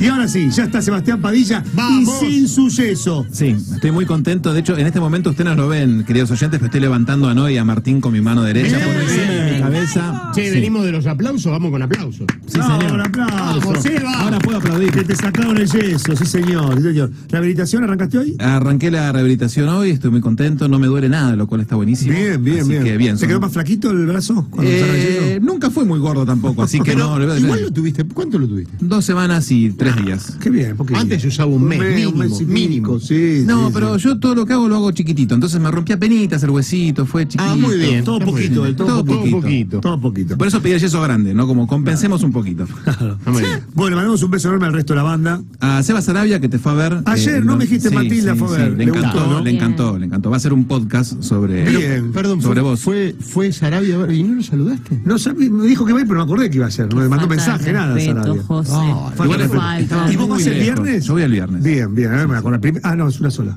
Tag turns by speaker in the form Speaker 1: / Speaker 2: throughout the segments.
Speaker 1: Y ahora sí, ya está Sebastián Padilla
Speaker 2: Vamos.
Speaker 1: y sin su yeso.
Speaker 3: Sí, estoy muy contento. De hecho, en este momento ustedes no lo ven, queridos oyentes, pero estoy levantando a Noé y a Martín con mi mano derecha
Speaker 2: Bien.
Speaker 3: por encima de mi cabeza.
Speaker 2: Che, venimos de los aplausos, vamos con aplausos.
Speaker 3: Sí,
Speaker 1: Bravo,
Speaker 3: señor.
Speaker 1: un aplauso.
Speaker 2: Vamos, Seba.
Speaker 3: Ahora puedo
Speaker 1: Que
Speaker 3: aplaudir.
Speaker 1: te sacaron el yeso, sí señor, sí señor. ¿La habilitación arrancaste hoy?
Speaker 3: Arranqué la rehabilitación hoy, estoy muy contento, no me duele nada, lo cual está buenísimo. Así que bien.
Speaker 1: ¿Te
Speaker 3: son-
Speaker 1: quedó más flaquito el brazo cuando te sacaron el
Speaker 3: Eh,
Speaker 1: yeso?
Speaker 3: nunca fui muy gordo tampoco, así que no. le voy a
Speaker 2: Igual
Speaker 3: decir-
Speaker 2: lo tuviste, ¿cuánto lo tuviste?
Speaker 3: Dos semanas y tres días.
Speaker 1: Qué bien, porque
Speaker 2: Antes se usaba un mes, mínimo,
Speaker 1: y pico,
Speaker 2: mínimo.
Speaker 1: Sí,
Speaker 3: No,
Speaker 1: sí,
Speaker 3: pero
Speaker 1: sí.
Speaker 3: yo todo lo que hago lo hago chiquitito. Entonces me rompía penitas el huesito, fue chiquitito.
Speaker 2: Ah, muy bien. eh,
Speaker 1: Todo
Speaker 2: Está muy
Speaker 1: poquito,
Speaker 2: bien.
Speaker 1: el todo
Speaker 3: poquito.
Speaker 1: Todo poquito.
Speaker 3: Por eso pedí el yeso grande, ¿no? Como compensemos un poquito.
Speaker 2: Está muy bien.
Speaker 1: Bueno, le mandamos un beso enorme al resto de la banda.
Speaker 3: A Seba Sarabia, que te fue a ver. eh,
Speaker 1: Ayer, no me dijiste, Matilda fue a ver. Le
Speaker 3: le encantó,
Speaker 1: gustó, ¿no?
Speaker 3: le encantó, le encantó. Va a ser un podcast sobre.
Speaker 1: Bien.
Speaker 2: Perdón,
Speaker 3: Sobre
Speaker 2: fue-
Speaker 3: vos.
Speaker 2: Fue, fue Sarabia a ver- y no lo saludaste.
Speaker 1: No sabía- me dijo que va a ir, pero no me acordé que iba a ser. No me mandó mensaje, nada, Sarabia.
Speaker 4: José.
Speaker 2: Ah,
Speaker 1: Falta
Speaker 3: Igual
Speaker 1: respeto.
Speaker 4: falta.
Speaker 1: ¿Y vos vas el
Speaker 3: Muy lejos.
Speaker 1: viernes?
Speaker 3: Yo voy el viernes.
Speaker 1: Bien, bien, a ver, me acuerdo. La prim- Ah, no, es una sola.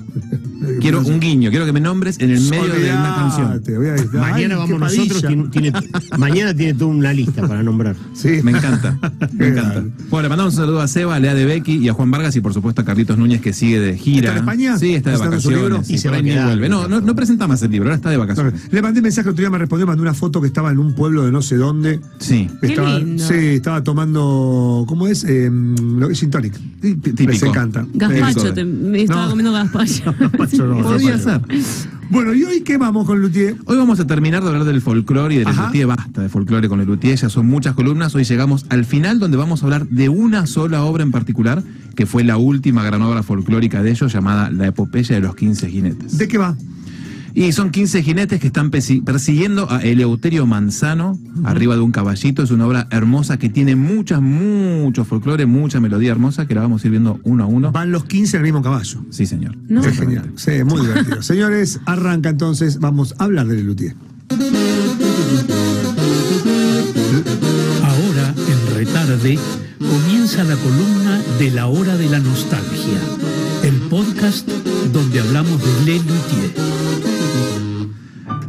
Speaker 3: Quiero un guiño, quiero que me nombres en el medio de una
Speaker 2: Ah,
Speaker 3: canción.
Speaker 1: Olvidate, voy a- Ay,
Speaker 2: Mañana vamos
Speaker 1: qué
Speaker 2: nosotros,
Speaker 1: padilla.
Speaker 2: tiene- tiene- mañana tiene toda una lista para nombrar.
Speaker 1: Sí.
Speaker 3: Me encanta, me encanta. Bueno, le mandamos un saludo a Seba, a Lea de Becky y a Juan Vargas y por supuesto a Carlitos Núñez que sigue de gira.
Speaker 1: ¿Está en España?
Speaker 3: Sí, está de
Speaker 1: ¿Presentando su libro?
Speaker 3: vacaciones.
Speaker 2: Y se
Speaker 3: por
Speaker 2: va
Speaker 3: ahí
Speaker 2: a
Speaker 3: ni
Speaker 2: quedar.
Speaker 3: vuelve. No, no, no presenta más el libro, ahora está de
Speaker 1: No,
Speaker 3: vacaciones.
Speaker 1: Le mandé mensaje otro día, me respondió, mandó una foto que estaba en un pueblo de no sé dónde.
Speaker 3: Sí.
Speaker 4: Qué lindo.
Speaker 1: Sí, estaba tomando, ¿cómo es? Eh, lo que es gin tonic.
Speaker 3: Sí, t- típico.
Speaker 1: Les encanta.
Speaker 3: Eso,
Speaker 4: Gazpacho,
Speaker 3: eh.
Speaker 4: te- me estaba
Speaker 1: No.
Speaker 4: comiendo gazpacho.
Speaker 1: Pacho, no,
Speaker 3: Podría
Speaker 1: Pacho.
Speaker 3: ser.
Speaker 1: Bueno, ¿y hoy qué vamos con Lutier?
Speaker 3: Hoy vamos a terminar de hablar del folclore y del
Speaker 1: Ajá.
Speaker 3: Luthier. Basta de folclore con el Luthier, ya son muchas columnas. Hoy llegamos al final donde vamos a hablar de una sola obra en particular, que fue la última gran obra folclórica de ellos, llamada La Epopeya de los 15 Jinetes.
Speaker 1: ¿De qué va?
Speaker 3: Y son 15 jinetes que están persi- persiguiendo a Eleuterio Manzano arriba de un caballito. Es una obra hermosa que tiene muchas, muchos folclore, mucha melodía hermosa que la vamos a ir viendo uno a uno.
Speaker 1: Van los 15 al mismo caballo.
Speaker 3: Sí, señor.
Speaker 4: No.
Speaker 1: Es genial. Sí, muy divertido. Señores, arranca entonces, vamos a hablar de Lutier.
Speaker 5: Ahora, en retarde, comienza la columna de la hora de la nostalgia, el podcast donde hablamos de Le Luthier.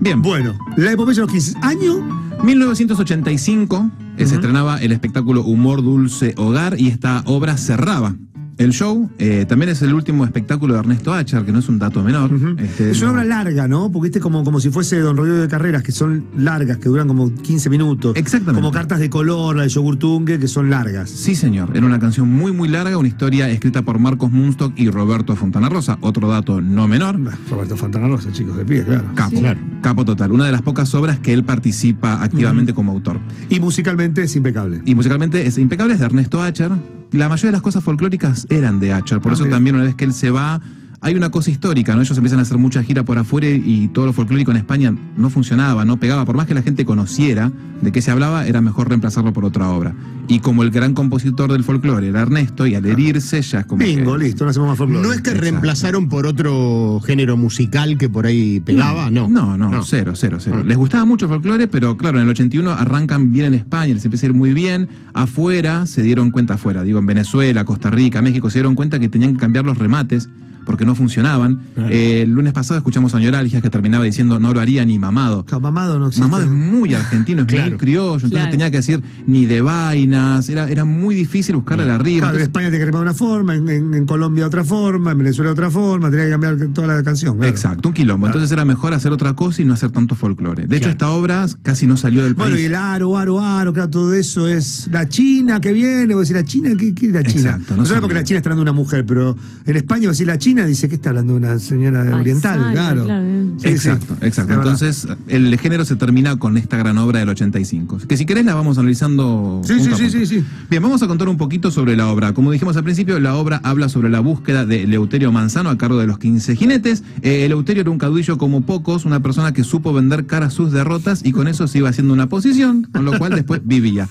Speaker 3: Bien,
Speaker 1: Bueno, la epopeya de los 15 año
Speaker 3: 1985 eh, se estrenaba el espectáculo Humor Dulce Hogar y esta obra cerraba. El show eh, también es el último espectáculo de Ernesto Acher, que no es un dato menor. Este,
Speaker 1: es una
Speaker 3: no-
Speaker 1: obra larga, ¿no? Porque este es como, como si fuese Don Rodrigo de Carreras, que son largas, que duran como 15 minutos.
Speaker 3: Exactamente.
Speaker 1: Como cartas de color, la de Yogurtungue, que son largas.
Speaker 3: Sí, señor. Era una canción muy, muy larga, una historia escrita por Marcos Munstock y Roberto Fontana Rosa. Otro dato no menor.
Speaker 1: Roberto Fontana Rosa, chicos, de pie, claro.
Speaker 3: Capo.
Speaker 2: Claro.
Speaker 3: Capo total. Una de las pocas obras que él participa activamente como autor.
Speaker 1: Y musicalmente es impecable.
Speaker 3: Y musicalmente es impecable, es de Ernesto Acher. La mayoría de las cosas folclóricas eran de Acher. Por
Speaker 1: Ah,
Speaker 3: eso
Speaker 1: mira.
Speaker 3: también una vez que él se va, hay una cosa histórica, ¿no? Ellos empiezan a hacer mucha gira por afuera y todo lo folclórico en España no funcionaba, no pegaba. Por más que la gente conociera de qué se hablaba, era mejor reemplazarlo por otra obra. Y como el gran compositor del folclore era Ernesto, y al herirse ya es como que-
Speaker 1: Bingo, listo, no hacemos más folclore.
Speaker 2: No es que
Speaker 3: Exacto.
Speaker 2: reemplazaron por otro género musical que por ahí pegaba, no.
Speaker 3: No, no, cero, cero, cero. Les gustaba mucho el folclore, pero claro, en el 81 arrancan bien en España, les empieza a ir muy bien. Afuera se dieron cuenta, afuera, digo, en Venezuela, Costa Rica, México, se dieron cuenta que tenían que cambiar los remates porque no funcionaban. Eh, el lunes pasado escuchamos a Neuralgias que terminaba diciendo no lo haría ni mamado.
Speaker 1: Ca- Mamado no existe.
Speaker 3: Mamado es muy argentino, es muy
Speaker 2: Claro.
Speaker 3: criollo, entonces
Speaker 4: Claro.
Speaker 3: tenía que decir ni de vainas, era, era muy difícil buscarle la rima.
Speaker 1: Claro, en
Speaker 3: entonces-
Speaker 1: España te que remar de una forma, en, en- en Colombia otra forma, en Venezuela otra forma, tenía que cambiar toda la canción. claro.
Speaker 3: Exacto, un quilombo. Entonces era mejor hacer otra cosa y no hacer tanto folclore. De hecho,
Speaker 2: Claro.
Speaker 3: esta obra casi no salió del país.
Speaker 1: Bueno, y el aro, aro, aro, claro, todo eso es la China que viene, vos decís, la China, ¿qué, qué es la China?
Speaker 3: Exacto,
Speaker 1: no
Speaker 3: no
Speaker 1: solo
Speaker 3: sabía.
Speaker 1: porque la China está hablando de una mujer, pero en España vos decís la China, dice que está hablando una señora
Speaker 4: Paisana,
Speaker 1: oriental, claro.
Speaker 4: claro, bien.
Speaker 1: Sí, sí.
Speaker 3: Exacto, exacto.
Speaker 1: Es verdad.
Speaker 3: Entonces, el género se termina con esta gran obra del 85. Que si querés la vamos analizando.
Speaker 1: Sí,
Speaker 3: punto
Speaker 1: sí,
Speaker 3: a
Speaker 1: sí,
Speaker 3: punto.
Speaker 1: sí, sí.
Speaker 3: Bien, vamos a contar un poquito sobre la obra. Como dijimos al principio, la obra habla sobre la búsqueda de Eleuterio Manzano a cargo de los 15 jinetes. Eh, Eleuterio era un caudillo como pocos, una persona que supo vender cara a sus derrotas y con eso se iba haciendo una posición, con lo cual después vivía.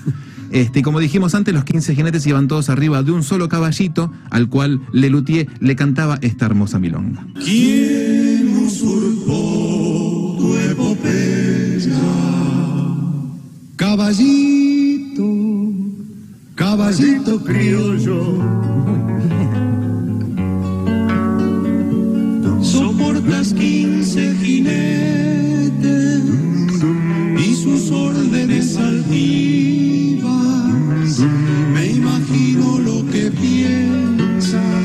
Speaker 3: Este, y como dijimos antes, los 15 jinetes iban todos arriba de un solo caballito al cual Lelutier le cantaba esta hermosa milonga.
Speaker 6: Caballito, caballito criollo. Soportas 15 jinetes y sus órdenes altivas. Me imagino lo que piensas.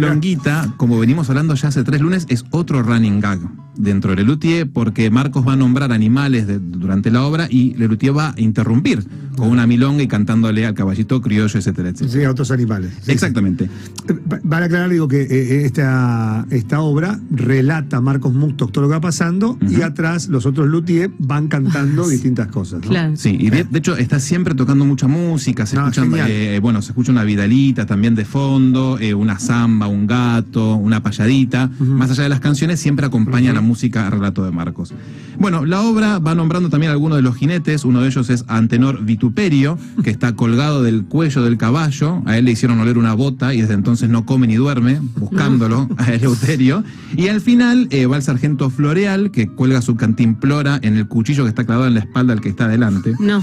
Speaker 3: Tanguita, como venimos hablando ya hace tres lunes, es otro running gag dentro de Lelutier, porque Marcos va a nombrar animales de- durante la obra y Lelutier va a interrumpir con una milonga y cantándole al caballito criollo, etcétera, etcétera.
Speaker 1: Sí, a otros animales. Sí,
Speaker 3: Exactamente.
Speaker 1: sí. Pa- Para aclarar, digo que eh, esta, esta obra relata Marcos Muctos todo lo que va pasando y atrás los otros Luthier van cantando distintas cosas. ¿no?
Speaker 4: Claro.
Speaker 3: Sí, y de, de hecho está siempre tocando mucha música, se
Speaker 1: No,
Speaker 3: escuchan,
Speaker 1: genial.
Speaker 3: eh, bueno, se escucha una vidalita también de fondo, eh, una samba, un gato, una payadita, más allá de las canciones siempre acompaña la música al relato de Marcos. Bueno, la obra va nombrando también algunos de los jinetes, uno de ellos es Antenor Vituperio, que está colgado del cuello del caballo, a él le hicieron oler una bota y desde entonces no come ni duerme, buscándolo a Eleuterio, y al final eh, va el sargento Floreal, que cuelga su cantimplora en el cuchillo que está clavado en la espalda al que está delante.
Speaker 4: No.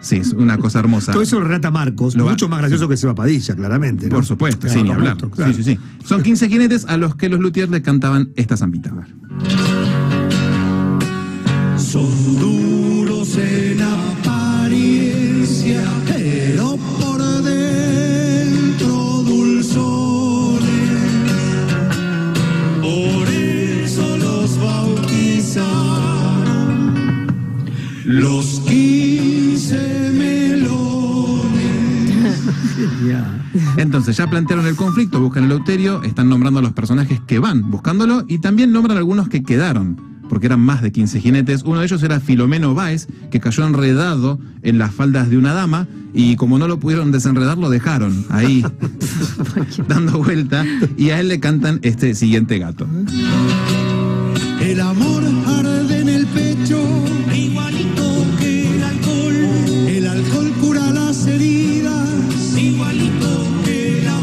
Speaker 3: Sí, es una cosa hermosa.
Speaker 1: Todo eso lo relata Marcos,
Speaker 3: Lo va-
Speaker 1: mucho más gracioso que Seba Padilla, claramente. ¿no?
Speaker 3: Por supuesto,
Speaker 1: Claro,
Speaker 3: sin
Speaker 1: Marcos
Speaker 3: hablar.
Speaker 1: Muctos, claro.
Speaker 3: Sí, sí, sí. Son 15 jinetes a los que los luthiers le cantaban esta zambita.
Speaker 6: Son duros en apariencia, pero por dentro dulzones. Por eso los bautizaron los quince melones.
Speaker 3: Entonces, ya plantearon el conflicto, buscan el Eleuterio, están nombrando a los personajes que van buscándolo y también nombran algunos que quedaron, porque eran más de 15 jinetes. Uno de ellos era Filomeno Báez, que cayó enredado en las faldas de una dama y como no lo pudieron desenredar, lo dejaron ahí, dando vuelta, y a él le cantan este siguiente gato.
Speaker 6: El amor arde en el pecho, igualito que el alcohol. El alcohol cura las heridas, igualito que el amor.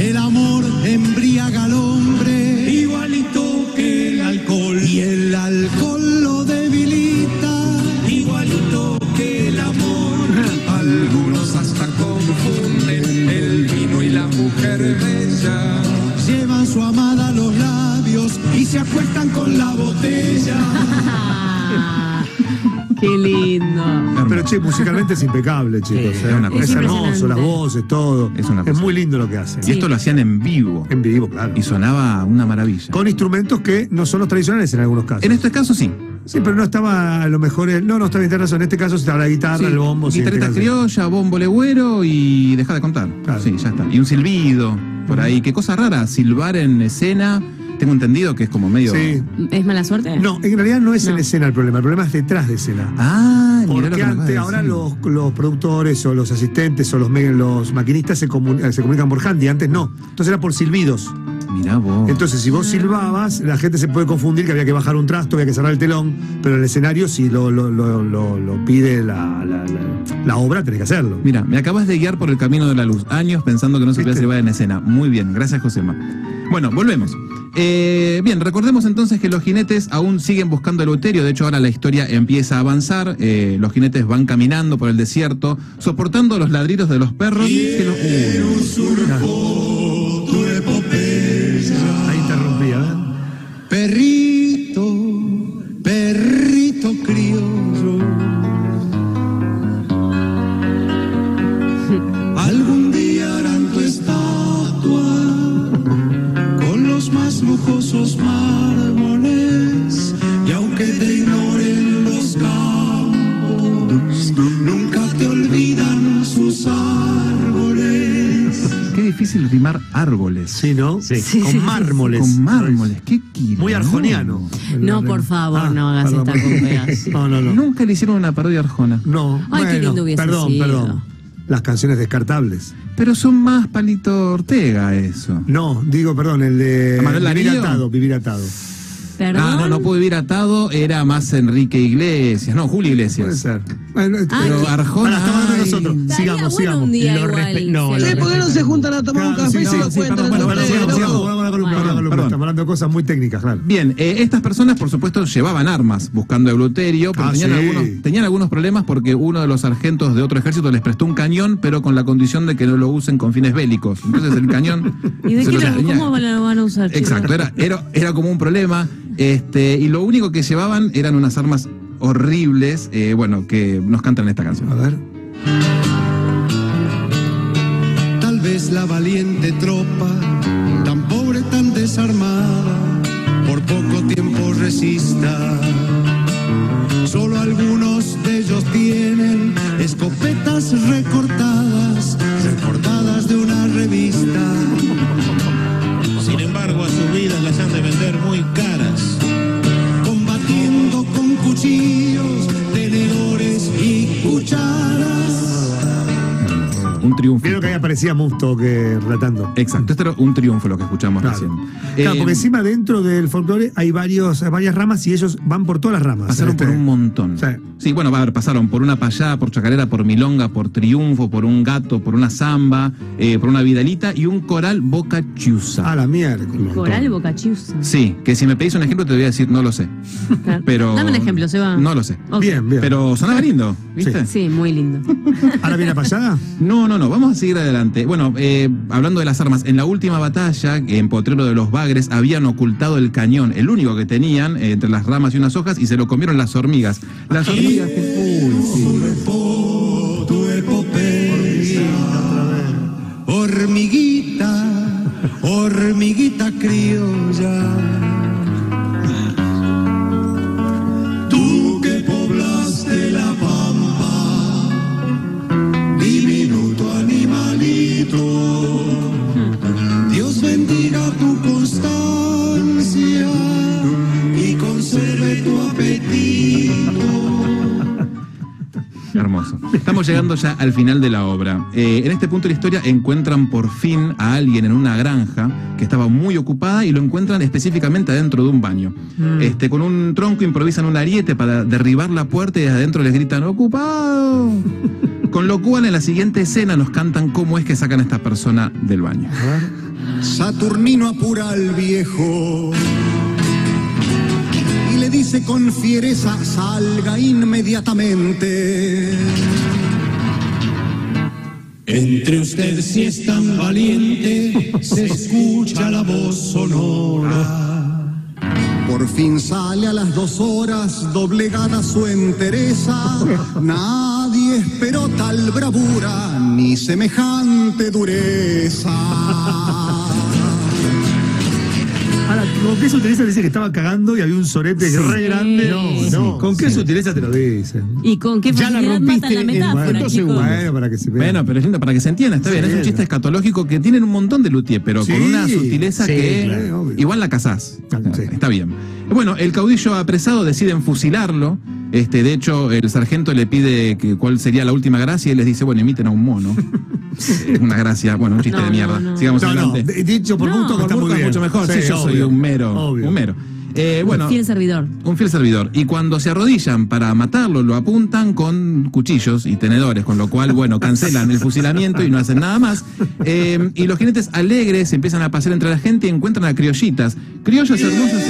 Speaker 6: El amor embriaga al hombre, igualito que el alcohol. Y el alcohol lo debilita, igualito que el amor. Algunos hasta confunden el vino y la mujer bella. Llevan su amada a los labios y se acuestan con la botella.
Speaker 4: Ah, qué lindo.
Speaker 1: Pero che, musicalmente es impecable, chicos.
Speaker 3: es
Speaker 1: ¿eh?
Speaker 3: una cosa
Speaker 1: es hermoso, las
Speaker 4: impresionante.
Speaker 1: voces, todo.
Speaker 3: Es una cosa.
Speaker 1: muy lindo lo que hacen.
Speaker 3: Y esto lo hacían en vivo.
Speaker 1: En vivo, claro.
Speaker 3: Y sonaba una maravilla.
Speaker 1: Con instrumentos que no son los tradicionales en algunos casos.
Speaker 3: En este caso sí.
Speaker 1: Sí, pero no estaba a lo mejor. el- no, no estaba bien, tenés razón. En este caso estaba la guitarra,
Speaker 3: Sí,
Speaker 1: el bombo. sí, en
Speaker 3: Guitarrita
Speaker 1: este caso.
Speaker 3: criolla, bombo legüero y deja de contar.
Speaker 1: Claro.
Speaker 3: Sí, ya está. Y un silbido por ahí. Qué cosa rara, silbar en escena. Tengo entendido que es como medio.
Speaker 1: Sí.
Speaker 4: ¿Es mala suerte?
Speaker 1: No, en realidad no es en
Speaker 4: No.
Speaker 1: escena el problema. El problema es detrás de escena.
Speaker 3: Ah, mirá lo que
Speaker 1: Porque
Speaker 3: me acabas de
Speaker 1: antes, ahora
Speaker 3: decir.
Speaker 1: los, los productores o los asistentes o los, me- los maquinistas se, comun- eh, se comunican por handy, antes no. Entonces era por silbidos.
Speaker 3: Mirá vos.
Speaker 1: Entonces, si vos silbabas, la gente se puede confundir que había que bajar un trasto, había que cerrar el telón, pero en el escenario, si lo, lo, lo- lo- lo pide la, la- la- la obra, tenés que hacerlo.
Speaker 3: Mira, me acabas de guiar por el camino de la luz. Años pensando que no se podía
Speaker 1: ¿Viste?
Speaker 3: llevar en escena. Muy bien, gracias Josema. Bueno, volvemos. Eh, bien, recordemos entonces que los jinetes aún siguen buscando el uterio. De hecho, ahora la historia empieza a avanzar. Eh, los jinetes van caminando por el desierto, soportando los ladridos de los perros. que los- Uh,
Speaker 1: Ahí interrumpía, ¿eh?
Speaker 6: Perrito, perrito criollo. Algún día harán tu estatua con los más lujosos mármoles. Y aunque te ignoren los campos, nunca te olvidan sus árboles.
Speaker 3: qué difícil rimar árboles.
Speaker 1: Sí, ¿no?
Speaker 4: Sí,
Speaker 1: Con
Speaker 4: sí, sí.
Speaker 1: mármoles.
Speaker 3: Con mármoles, qué quilombo.
Speaker 1: Muy arjoniano.
Speaker 4: No, por favor,
Speaker 1: Ah,
Speaker 4: no hagas
Speaker 1: perdón.
Speaker 4: esta con pegas.
Speaker 1: No, no, no.
Speaker 3: Nunca le hicieron una parodia arjona.
Speaker 1: No,
Speaker 4: Ay, qué
Speaker 1: bueno,
Speaker 4: lindo hubiese
Speaker 1: perdón,
Speaker 4: sido.
Speaker 1: perdón. Las canciones descartables.
Speaker 3: Pero son más Palito Ortega eso.
Speaker 1: No, digo, perdón, el de
Speaker 3: ¿Manuel
Speaker 1: Vivir
Speaker 3: Darío?
Speaker 1: atado, vivir atado.
Speaker 4: Perdón.
Speaker 3: Ah, no, no puedo vivir atado, era más Enrique Iglesias, no, Julio
Speaker 1: Puede
Speaker 3: Iglesias.
Speaker 1: ser. Bueno, este-
Speaker 4: Ay,
Speaker 3: Pues, Pero
Speaker 1: Ahora
Speaker 3: Arjona.
Speaker 1: estamos hablando
Speaker 3: ay.
Speaker 1: nosotros.
Speaker 4: Ah, Estaría
Speaker 1: sigamos,
Speaker 4: bueno
Speaker 1: sigamos.
Speaker 4: un día
Speaker 1: Lo
Speaker 4: igual,
Speaker 1: respe- no,
Speaker 4: sí.
Speaker 1: lo
Speaker 7: Che, ¿por qué no se juntan a tomar un
Speaker 1: Claro,
Speaker 7: café y
Speaker 1: sí, sí,
Speaker 7: se lo
Speaker 1: sí,
Speaker 7: cuentan
Speaker 1: perdón,
Speaker 7: entre
Speaker 1: bueno, bueno,
Speaker 7: ustedes,
Speaker 1: sigamos,
Speaker 7: loco?
Speaker 1: sigamos, vamos a la columna, vamos a la columna.
Speaker 3: Perdón.
Speaker 1: Estamos hablando de cosas muy técnicas, claro.
Speaker 3: Bien, eh, estas personas, por supuesto, llevaban armas buscando a Eleuterio, pero
Speaker 1: Ah,
Speaker 3: tenían,
Speaker 1: sí.
Speaker 3: algunos, tenían algunos problemas porque uno de los sargentos de otro ejército les prestó un cañón, pero con la condición de que no lo usen con fines bélicos. Entonces el cañón.
Speaker 4: ¿Y de
Speaker 3: se
Speaker 4: qué
Speaker 3: lo
Speaker 4: lo,
Speaker 3: tenía-
Speaker 4: cómo lo van a usar? chicos?
Speaker 3: Exacto, era, era, era como un problema. Este, y lo único que llevaban eran unas armas horribles, eh, bueno, que nos cantan esta canción.
Speaker 1: A ver.
Speaker 6: Tal vez la valiente tropa desarmada por poco tiempo resista. Solo algunos de ellos tienen escopetas recortadas, recortadas de una revista.
Speaker 7: Sin embargo, a sus vidas las han de vender muy caras.
Speaker 6: combatiendo con cuchillos, tenedores y cucharas.
Speaker 3: Un triunfo.
Speaker 1: Ah, Vieron que ahí aparecía Musto que relatando.
Speaker 3: Exacto, este era un triunfo lo que escuchamos
Speaker 1: Claro.
Speaker 3: recién.
Speaker 1: Claro,
Speaker 3: Eh,
Speaker 1: porque encima dentro del folclore hay varios, varias ramas y ellos van por todas las ramas.
Speaker 3: Pasaron
Speaker 1: Este,
Speaker 3: por un montón.
Speaker 1: Sí.
Speaker 3: Sí, bueno, va a ver, pasaron por una payada, por chacarera, por milonga, por triunfo, por un gato, por una zamba, eh, por una vidalita y un coral boca
Speaker 1: A
Speaker 3: chiusa.
Speaker 1: la miércoles.
Speaker 4: Coral Bocachiusa.
Speaker 3: Sí, que si me pedís un ejemplo te voy a decir, no lo sé. Pero.
Speaker 4: Dame un ejemplo, Seba.
Speaker 3: No lo sé.
Speaker 4: Ok.
Speaker 1: Bien, bien.
Speaker 3: Pero sonaba lindo, ¿viste?
Speaker 4: Sí, muy lindo.
Speaker 1: ¿Ahora viene la pasada?
Speaker 3: No, no, no, vamos a seguir adelante. Bueno, eh, hablando de las armas, en la última batalla, en Potrero de los Bagres, habían ocultado el cañón, el único que tenían, eh, entre las ramas y unas hojas, y se lo comieron las hormigas. Las hormigas que... Uy, sí.
Speaker 6: Tu epopeya, hormiguita, hormiguita criolla. Tú que poblaste la pampa, diminuto animalito. Dios bendiga tu constancia y conserve tu apetito.
Speaker 3: Hermoso. Estamos llegando ya al final de la obra. Eh, en este punto de la historia encuentran por fin a alguien en una granja que estaba muy ocupada y lo encuentran específicamente adentro de un baño. Este, con un tronco improvisan un ariete para derribar la puerta y desde adentro les gritan ¡Ocupado! Con lo cual en la siguiente escena nos cantan cómo es que sacan a esta persona del baño.
Speaker 6: Saturnino apura al viejo y le dice con fiereza salga inmediatamente. Entre usted si es tan valiente, se escucha la voz sonora. Por fin sale a las dos horas, doblegada su entereza. Nadie esperó tal bravura ni semejante dureza.
Speaker 1: Ahora, ¿con qué sutileza dice que estaba cagando y había un sorete re grande?
Speaker 4: No,
Speaker 1: no. ¿Con qué sutileza te lo dicen?
Speaker 4: ¿Y con qué
Speaker 2: Ya la
Speaker 4: facilidad matan
Speaker 2: rompiste
Speaker 4: la
Speaker 2: en
Speaker 4: metáfora,
Speaker 2: cuántos
Speaker 4: chicos?
Speaker 2: segundos.
Speaker 1: Bueno, para que se vea.
Speaker 3: Bueno, pero es lindo para que se entienda, está bien.
Speaker 1: Sí.
Speaker 3: Es un chiste escatológico que tienen un montón de luthier, pero
Speaker 1: Sí.
Speaker 3: con una sutileza
Speaker 1: Sí,
Speaker 3: que
Speaker 1: claro, obvio.
Speaker 3: igual la cazás.
Speaker 1: Ah, sí.
Speaker 3: Está bien. Bueno, el caudillo apresado deciden fusilarlo. Este, de hecho, el sargento le pide que, cuál sería la última gracia y les dice, bueno, imiten a un mono. Es una gracia, bueno, un chiste
Speaker 4: No,
Speaker 3: de mierda.
Speaker 4: no, no.
Speaker 3: Sigamos
Speaker 1: no, no,
Speaker 3: adelante.
Speaker 1: de- dicho por
Speaker 4: No,
Speaker 1: gusto que
Speaker 4: por
Speaker 1: está
Speaker 3: Burko
Speaker 1: muy
Speaker 3: es
Speaker 1: bien.
Speaker 3: mucho mejor, sí, yo soy
Speaker 1: obvio,
Speaker 3: un mero.
Speaker 1: obvio.
Speaker 3: Un mero. Eh, bueno,
Speaker 4: Fiel servidor.
Speaker 3: un fiel servidor. Y cuando se arrodillan para matarlo, lo apuntan con cuchillos y tenedores, con lo cual, bueno, cancelan el fusilamiento y no hacen nada más. Eh, y los jinetes alegres empiezan a pasear entre la gente y encuentran a criollitas. Criollas hermosas.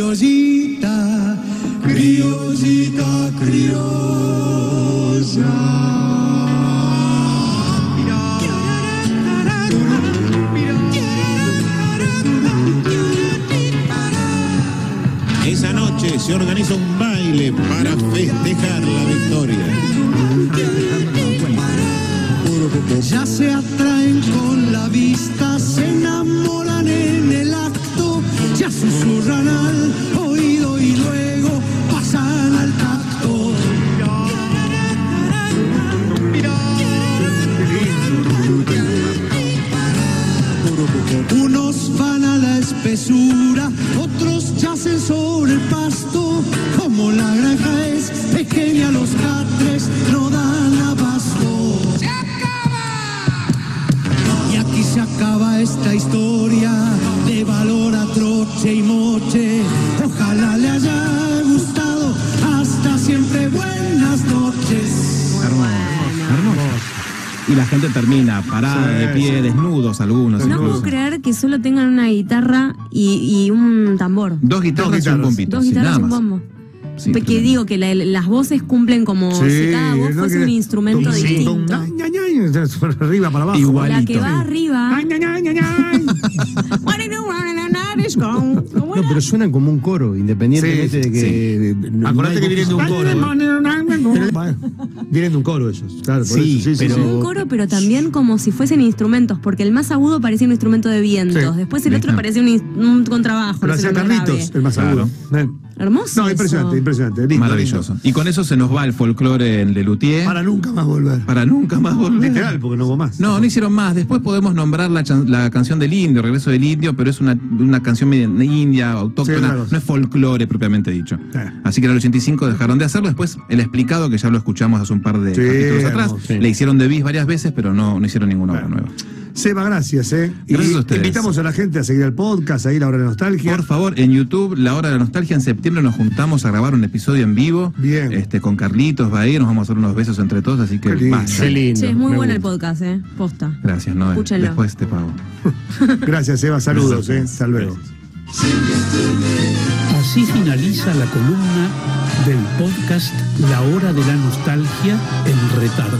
Speaker 6: Criollita, criollita, criolla.
Speaker 7: Esa noche se organiza un baile para festejar la victoria.
Speaker 6: Ya se atraen con la vista, se enamoran en el acto, ya susurran al oído y luego pasan al tacto. Unos van a la espesura, otros yacen sobre el pasto. Como la granja es pequeña, los catres no dan abasto. Y aquí se acaba esta historia de valor a troche y moche. Ojalá le haya gustado. Hasta siempre, buenas noches.
Speaker 3: Y la gente termina parada, de pie, desnudos algunos.
Speaker 4: No
Speaker 3: incluso.
Speaker 4: puedo creer que solo tengan una guitarra y, y un tambor.
Speaker 3: Dos guitarras,
Speaker 1: Dos
Speaker 3: y un
Speaker 1: guitarras.
Speaker 3: bombito.
Speaker 4: Dos
Speaker 3: sí,
Speaker 4: guitarras
Speaker 3: nada
Speaker 4: y un
Speaker 3: más.
Speaker 4: bombo.
Speaker 3: Sí,
Speaker 4: Porque
Speaker 3: tremendo.
Speaker 4: digo que la- las voces cumplen como si cada voz
Speaker 1: ¿no?
Speaker 4: fuese
Speaker 1: que-
Speaker 4: un instrumento
Speaker 1: Sí.
Speaker 4: distinto.
Speaker 1: Ay, ay, ay, Arriba para abajo.
Speaker 3: Igual.
Speaker 4: La que
Speaker 3: Igualito.
Speaker 4: va arriba.
Speaker 1: Ay, ay, ay, ay, ay.
Speaker 4: What do you want? Another ¿Cómo
Speaker 2: No,
Speaker 4: era?
Speaker 2: pero suenan como un coro, independientemente
Speaker 1: Sí,
Speaker 2: de que. no-
Speaker 1: Acordate
Speaker 2: no
Speaker 1: que
Speaker 2: hay
Speaker 1: vienen de un
Speaker 2: voces.
Speaker 1: coro. ¿eh? Vienen de un coro ellos, claro, por
Speaker 2: Sí,
Speaker 1: eso, sí, sí,
Speaker 2: pero-
Speaker 1: sí.
Speaker 4: Un coro, pero también como si fuesen instrumentos, porque el más agudo parecía un instrumento de vientos,
Speaker 1: Sí.
Speaker 4: después el otro
Speaker 3: Bien.
Speaker 4: parecía un, in- un contrabajo.
Speaker 1: Pero
Speaker 4: no sé,
Speaker 1: hacía
Speaker 4: una grave.
Speaker 1: Carlitos, el más
Speaker 3: Claro.
Speaker 1: agudo. ¿eh?
Speaker 4: Hermoso.
Speaker 1: No,
Speaker 4: eso.
Speaker 1: impresionante, impresionante. lindo,
Speaker 3: Maravilloso. Y con eso se nos va el folclore en
Speaker 1: lindo.
Speaker 3: Lelutier para,
Speaker 1: Para nunca más volver.
Speaker 3: nunca más volver.
Speaker 1: Literal, porque no hubo más.
Speaker 3: No, no hicieron más. Después podemos nombrar la, chan- la canción del indio, Regreso del Indio, pero es una, una canción media india,
Speaker 1: Sí,
Speaker 3: autóctona,
Speaker 1: claro.
Speaker 3: no es folclore propiamente dicho.
Speaker 1: Claro.
Speaker 3: Así que en el 85 dejaron de hacerlo. Después el explicado, que ya lo escuchamos hace un par de
Speaker 1: Sí,
Speaker 3: capítulos atrás,
Speaker 1: hermoso, sí.
Speaker 3: le hicieron de bis varias veces, pero no, no hicieron ninguna obra
Speaker 1: Claro.
Speaker 3: nueva.
Speaker 1: Seba, gracias, ¿eh?
Speaker 3: Gracias
Speaker 1: y
Speaker 3: a ustedes.
Speaker 1: invitamos a la gente a seguir al podcast, a ir a Hora de Nostalgia.
Speaker 3: Por favor, en YouTube, La Hora de la Nostalgia, en septiembre nos juntamos a grabar un episodio en vivo.
Speaker 1: Bien.
Speaker 3: Este, con Carlitos, va a ir, nos vamos a hacer unos besos entre todos, así que
Speaker 1: Qué lindo.
Speaker 3: basta.
Speaker 2: Qué lindo.
Speaker 4: Che, es muy
Speaker 2: me
Speaker 4: bueno el
Speaker 2: gusta.
Speaker 4: podcast, ¿eh? Posta.
Speaker 3: Gracias, no.
Speaker 4: Escúchenlo.
Speaker 3: Después te pago.
Speaker 1: Gracias, Seba, saludos, ¿eh?
Speaker 3: Gracias.
Speaker 1: Hasta luego.
Speaker 3: Gracias.
Speaker 5: Así finaliza la columna del podcast La Hora de la Nostalgia en Retardo.